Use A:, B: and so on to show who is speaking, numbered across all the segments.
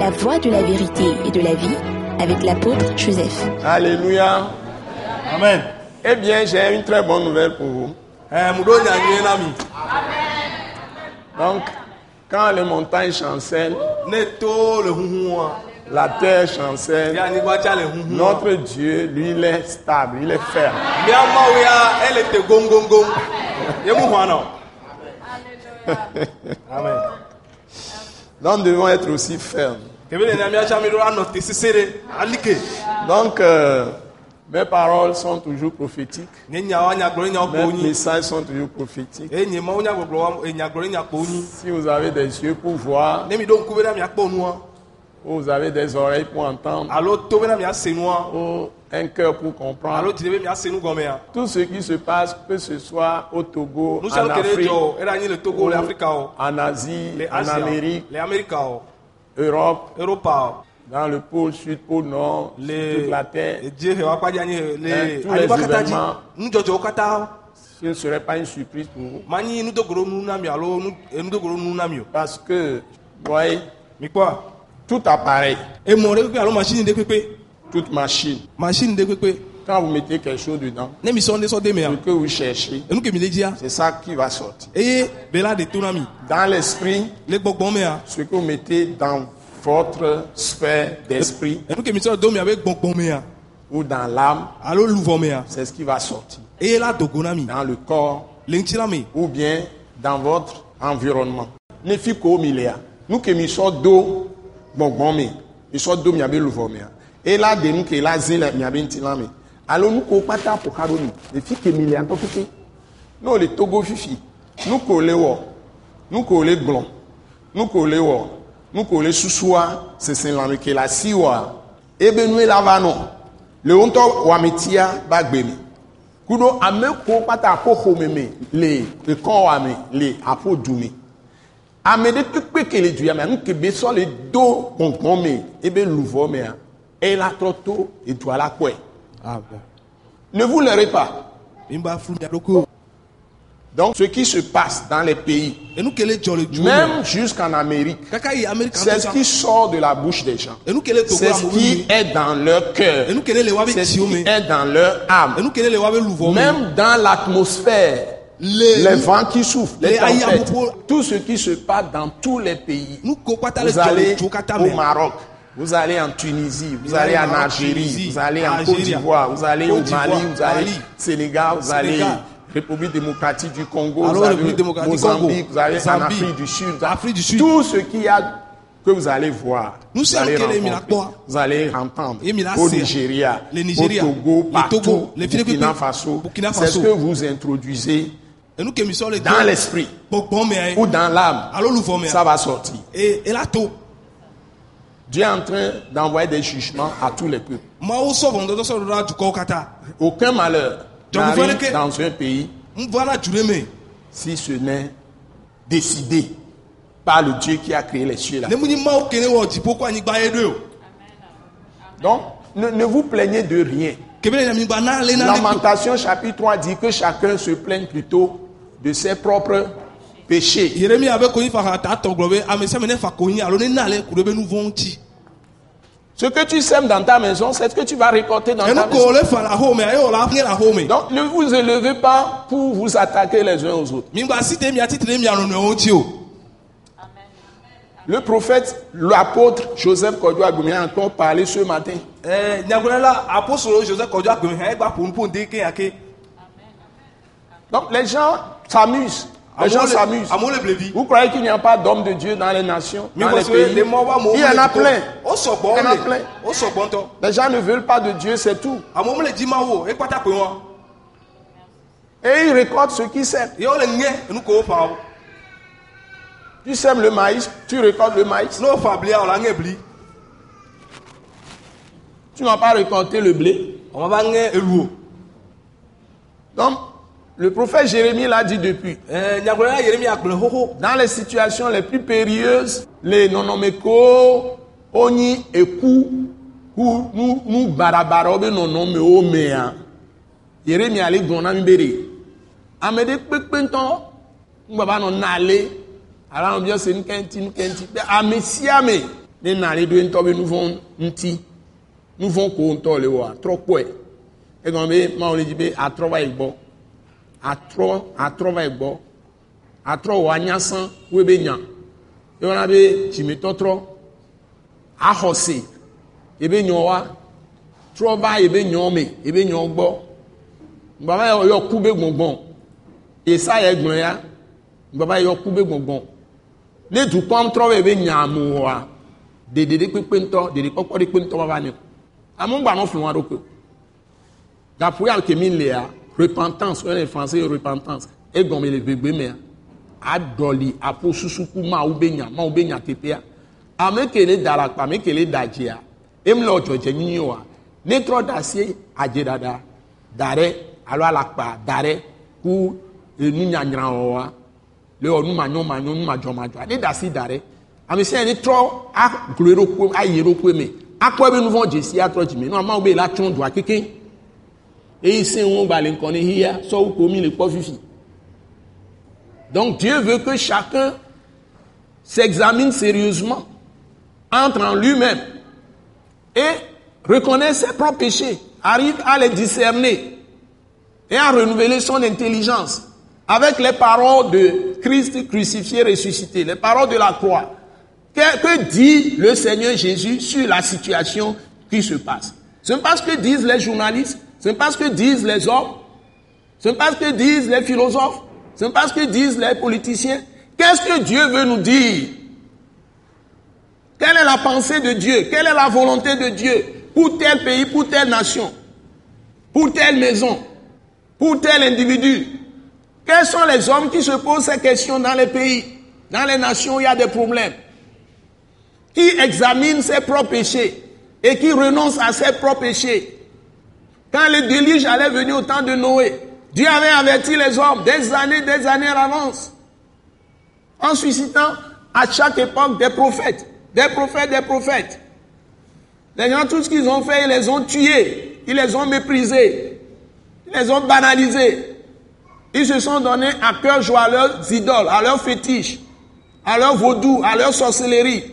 A: la voie de la vérité et de la vie avec l'apôtre Joseph.
B: Alléluia.
C: Amen.
B: Eh bien, j'ai une très bonne nouvelle pour vous.
C: Eh, Mudo nyanyue na mi.
B: Donc, quand les montagnes chancellent,
C: Ne to le huhu wa.
B: la terre chancelle,
C: Ya anyigba tsa le huhu wa.
B: notre Dieu, lui, il est stable, il est ferme.
C: Mía mawu ya ele te gongongon. Ye mu hɔn nɔ. Amen.
B: Donc, nous devons être aussi fermes.
C: Tèmi nana mía tsa mi do anɔ te sese de alike.
B: Donc, euh, mes paroles sont toujours prophétiques.
C: Nye nyawo nyagblɔ nyawo
B: Mes
C: kpo nyi.
B: messages sont toujours prophétiques.
C: Eye nye mawu nyagbɔgblɔ wa e nyagbɔgblɔ nyakpo nyi.
B: Si vous avez des yeux pour voir,
C: Ne mi do ŋku be na miakpɔ nua.
B: ou vous avez des oreilles pour entendre,
C: Alo to be na miase nua.
B: ou un cœur pour
C: Alo
B: comprendre,
C: didi be miase nu gɔmea.
B: tout ce qui se passe, que ce soit au Togo, en
C: Nusiawo kele
B: Afrique,
C: dzɔ ele anyi le Togo
B: ou
C: le Afrika o.
B: en Asie,
C: Le
B: en
C: Asia
B: Amérique,
C: le Amerika o.
B: Europe,
C: Europa o.
B: dans le pôle sud, pôle nord, sur toute la terre,
C: edie hewa kpa dzi anyi he
B: Eh,
C: le
B: tous
C: anyigba
B: les
C: katã dzi
B: événements.
C: nudzɔdzɔwo katã
B: ce ne serait pas une surprise pour vous.
C: ma nyi nudogoro nu na mi alo nu- eh, nudogoro nu na mi o.
B: Parce que, vous voyez,
C: mikpɔa
B: tout appareil,
C: emɔ ɖe kpekpe alo machine ɖe kpekpe
B: toute machine,
C: machine ɖe kpekpe
B: quand vous mettez quelque chose dedans,
C: ne mi sɔn ɖe sɔ de
B: ce
C: mea
B: que vous cherchez,
C: enu ke mi ɖe dzia
B: c'est ça qui va sortir.
C: eye bela ɖe to na mi
B: Dans l'esprit,
C: le gbɔgbɔ mea
B: ce que vous mettez dans votre sphère d'esprit
C: enu ke mi sɔ do mea be gbɔgbɔ mea
B: ou dans l'âme,
C: alo luvɔ mea
B: c'est ce qui va sortir.
C: eye la dogo na mi
B: Dans le corps
C: le ŋuti la mi
B: ou bien dans votre environnement. Ne fi ko mi le ya. Nu ke mi sɔ do gbɔngbɔn mi, mi sɔ do miabe luvɔ mi ya. Ela de nu ke E la zi le miabe ŋuti la mi. Alo nu ko kpata ƒo xa ɖo mi. Ne fi ke mi le ya ŋutɔ keke. Ne o le togo fifi, nu ko le wɔ, nu ko le gblɔ, nu ko le wɔ, nu ko le susua, sese lãme ke la E si wɔa, ebe nue la va nɔ. Le wo ŋutɔ wɔametia va gbe me. kuɖo ame ko kpata akɔ xɔme me le ekɔwame le aƒo dume ame ɖe kpekpe ke le duya mea nuke be sɔ le do gbɔngbɔn me e ebe luvɔ mea ela trɔ to edua la kɔe Ah, ne vous l'aurez pas
C: mi ba flu mia ɖokui o
B: donc ce qui se passe dans les pays
C: enu ke le dzɔ le du mea
B: même jusqu'en Amérique
C: kaka yi amerika
B: c'est ce
C: tɔ
B: qui
C: sa E
B: sort de la bouche des gens
C: enu ke le togo
B: c'est ce
C: amewo
B: qui
C: mi
B: est dans leur cœur
C: enu ke ne E le wa be
B: c'est ce
C: tiwo
B: qui
C: me.
B: est dans leur âme
C: enu ke ne le wa be luvɔ me
B: même dans l'atmosphère les
C: le
B: vents qui souffrent, les
C: Les
B: tempêtes,
C: Ayamopo.
B: tout ce qui se passe dans tous les pays.
C: nuko kpata le
B: Vous
C: dzɔ le
B: allez
C: tso katã
B: au
C: mea
B: Maroc, vous allez en Tunisie, vous
C: Vous
B: allez
C: allez au
B: en
C: Maroc,
B: Algérie,
C: Tunisie,
B: vous allez en Côte
C: Algérie,
B: d'Ivoire, vous allez au
C: Côte d'Ivoire,
B: Mali, vous allez
C: Mali,
B: au Sénégal, vous allez
C: Sénégal.
B: République démocratique du Congo,
C: Alors,
B: vous allez
C: République
B: au
C: démocratique du Congo,
B: Mozambique, vous allez en
C: Zambie,
B: Afrique du Sud,
C: Afrique du Sud.
B: tout ce qu'il y a que vous allez voir,
C: Nous,
B: vous
C: c'est
B: allez,
C: un télé, mais la
B: rencontrer,
C: quoi
B: vous allez entendre
C: Et mais la
B: au
C: serre.
B: Nigeria,
C: Le Nigeria,
B: au Togo,
C: le
B: partout,
C: Togo, les
B: Burkina
C: Philippines,
B: Faso,
C: Burkina
B: c'est ce
C: Faso.
B: que vous introduisez
C: enu ke mi sɔ le
B: dans
C: dzɔ
B: l'esprit
C: gbɔgbɔ mea
B: ou
C: ye
B: dans l'âme,
C: alo luvɔ
B: ça
C: mea
B: va sortir.
C: e ela to
B: Dieu est en train d'envoyer des jugements à tous les peuples.
C: mawo sɔvɔ ŋdɔdɔ sɔrɔ la dukɔwo katã
B: Aucun malheur
C: Donc, vous voyez
B: n'arrive
C: que-
B: dans un pays
C: n bɔ ala jure me
B: si ce n'est décidé par le Dieu qui a créé les cieux là.
C: ne mu nyi mawo kene wɔ dziƒo ko anyigba ye ɖo e o
B: Donc, ne, ne vous plaignez de rien.
C: kebe le nyamigba na le na le to
B: Lamentation chapitre 3 dit que chacun se plaigne plutôt de ses propres péchés.
C: yeremia be konyi faha ta tɔ gblɔ be ame sia me ne fa konyi alo ne na le ku ɖe be nu vɔ ŋuti
B: Ce que tu sèmes dans ta maison, c'est ce que tu vas récolter dans ta
C: enu ko
B: maison.
C: le fa la ho mea ye o la ŋe la ho me
B: Donc, ne vous élevez pas pour vous attaquer les uns aux autres.
C: migba si te mia titre ɖe mia nɔnɔewo ŋuti o
B: Le prophète, l'apôtre Joseph Kodjo Agoumé a encore parlé ce matin.
C: ɛɛ nyagblɔla apostolo Eh, joseph kɔjɔ agbemi hɛn egba ƒonu ƒonu de keyake
B: Donc les gens s'amusent. Les gens s'amusent.
C: amewo le blebi.
B: Vous croyez qu'il n'y a pas d'homme de Dieu dans les nations,
C: mi
B: dans
C: kɔ
B: les
C: so ye
B: pays
C: le mɔ wa mɔ
B: Il y en a plein. Il y
C: o
B: en a
C: sɔgbɔ
B: plein.
C: le o sɔgbɔ ntɔ
B: Les gens ne veulent pas de Dieu, c'est tout.
C: amewo mele dzi ma wo e kpata koe wɔn
B: Et ils récoltent ce qu'ils sèment.
C: ye wole ŋe enu ko wo fa wo
B: Tu sèmes le maïs, tu récoltes le maïs.
C: ne wo fa blia o la ŋe bli
B: Tu n'as pas récolté le blé.
C: ɔmɔ va ŋe elu o
B: Donc, le prophète Jérémie l'a dit depuis.
C: ɛɛ nyagblɔla yeremia gblẽ xoxo
B: Dans les situations les plus périlleuses, les nonomeko, oni eku, ou nous, nous, barabara, obe nonome, omea. Yeremi ale gblɔ na mi be ɖe ame ɖe kpekpe ŋutɔ ŋgbaba nɔ na le ala nɔ biɔ se nukɛnti nukɛnti be ame sia ame ne nali do ŋutɔ be nu vɔ ŋuti nu vɔ ko ŋutɔ le wa trɔ kpɔe egɔme be mawo le dzi be atrɔ va yi gbɔ atrɔ atrɔ va yi gbɔ atrɔ wɔ anyasã woe be nya yɔna be dzimetɔtrɔ axɔse ebe nyɔ wa trɔ va ebe nyɔ me ebe nyɔ gbɔ baba yɛ yɔ ku be gbɔngbɔn yesa yɛ gblɔ ya baba yɛ yɔ ku be gbɔngbɔn ne dukɔm trɔ be ebe nya amewoa dede de kpekpe ŋutɔ dede kpɔkpɔ de kpe ŋutɔ va va ne amewo gba nɔ flu wa ɖokui gaƒo ya kemi lea repentance wɔyɛ le français repentance egɔme le gbegbe mea adɔli aƒo susuku mawu be nya mawu be nya teƒea ame ke le da la kpa ame ke le da dzia emle ɔdzɔdze nyuie wa ne trɔ da si adzeɖaɖa da ɖe alo alakpa da ɖe ku enunyanyrawɔwa le wɔ numanyɔmanyɔ numadzɔmadzɔ ne da si da ɖe ame sia ne trɔ aglo eɖokue ayi eɖokue me akpɔ ebe nuvɔ dzesi atrɔ dzime nu amawo be la tsɔ dua keke eyi se ŋu ba le ŋkɔ ne hia sɔwu ko mi le kpɔ fifi donc dieu veut que chacun s'examine sérieusement entre en lui-même et reconnaît ses propres péchés, arrive à les discerner et à renouveler son intelligence avec les paroles de Christ crucifié, ressuscité, les paroles de la croix. Que, que dit le Seigneur Jésus sur la situation qui se passe Ce n'est pas ce que disent les journalistes, ce n'est pas ce que disent les hommes, ce n'est pas ce que disent les philosophes, ce n'est pas ce que disent les politiciens. Qu'est-ce que Dieu veut nous dire Quelle est la pensée de Dieu Quelle est la volonté de Dieu pour tel pays, pour telle nation, pour telle maison, pour tel individu Quels sont les hommes qui se posent ces questions dans les pays, dans les nations où il y a des problèmes Qui examinent ses propres péchés et qui renoncent à ses propres péchés Quand le déluge allait venir au temps de Noé, Dieu avait averti les hommes des années, des années à l'avance en suscitant à chaque époque des prophètes, des prophètes, des prophètes. Les gens, tout ce qu'ils ont fait, ils les ont tués, ils les ont méprisés, ils les ont banalisés. Ils se sont donnés à cœur joie à leurs idoles, à leurs fétiches, à leur vaudou, à leur sorcellerie,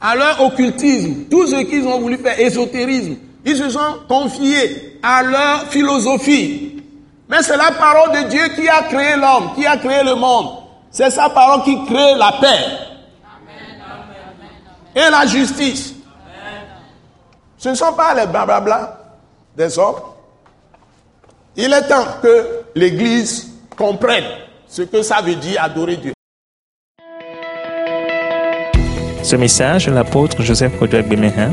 B: à leur occultisme, tout ce qu'ils ont voulu faire, ésotérisme. Ils se sont confiés à leur philosophie. Mais c'est la parole de Dieu qui a créé l'homme, qui a créé le monde. C'est sa parole qui crée la paix et la justice. Ce ne sont pas les blablabla des hommes. Il est temps que l'Église comprenne ce que ça veut dire adorer Dieu.
D: Ce message, de l'apôtre Joseph Kodouak Bemehin,